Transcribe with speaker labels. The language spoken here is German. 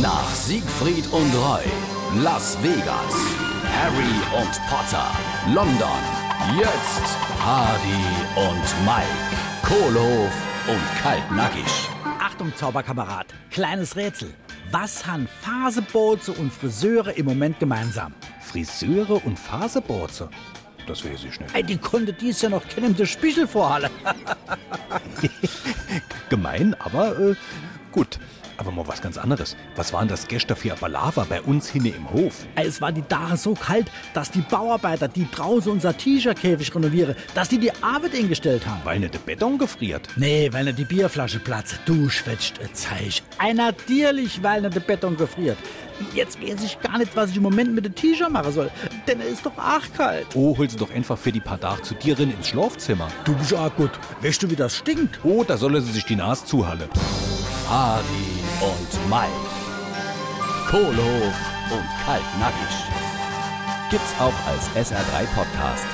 Speaker 1: Nach Siegfried und Roy, Las Vegas, Harry und Potter, London, jetzt Hardy und Mike, Kohlhof und Kaltnackig.
Speaker 2: Achtung, Zauberkamerad, kleines Rätsel. Was haben Phaseboote und Friseure im Moment gemeinsam?
Speaker 3: Friseure und Faserboote. Das weiß ich nicht.
Speaker 2: Ey, die konnte dies ja noch kennen im der Spiegelvorhalle.
Speaker 3: Gemein, aber äh, gut. Aber mal was ganz anderes. Was waren das gestern für ein Balava bei uns hinne im Hof?
Speaker 2: Ey, Es war die Dare so kalt, dass die Bauarbeiter, die draußen unser T-Shirt-Käfig renovieren, dass die die Arbeit eingestellt haben.
Speaker 3: Weil nicht der Beton gefriert.
Speaker 2: Nee, weil nicht die Bierflasche platzt. Du schwätzt ein Zeich. Ey, natürlich, weil nicht der Beton gefriert. Jetzt weiß ich gar nicht, was ich im Moment mit dem T-Shirt machen soll. Denn er ist doch arg kalt.
Speaker 3: Oh, holst du doch einfach für die paar Tage zu dir rein ins Schlafzimmer.
Speaker 2: Du bist arg gut. Weißt du, wie das stinkt?
Speaker 3: Oh, da soll sie sich die Nase zuhalle.
Speaker 1: Hardy und Mike, Kohlhof und Kaltnackig. Gibt's auch als SR3 Podcast.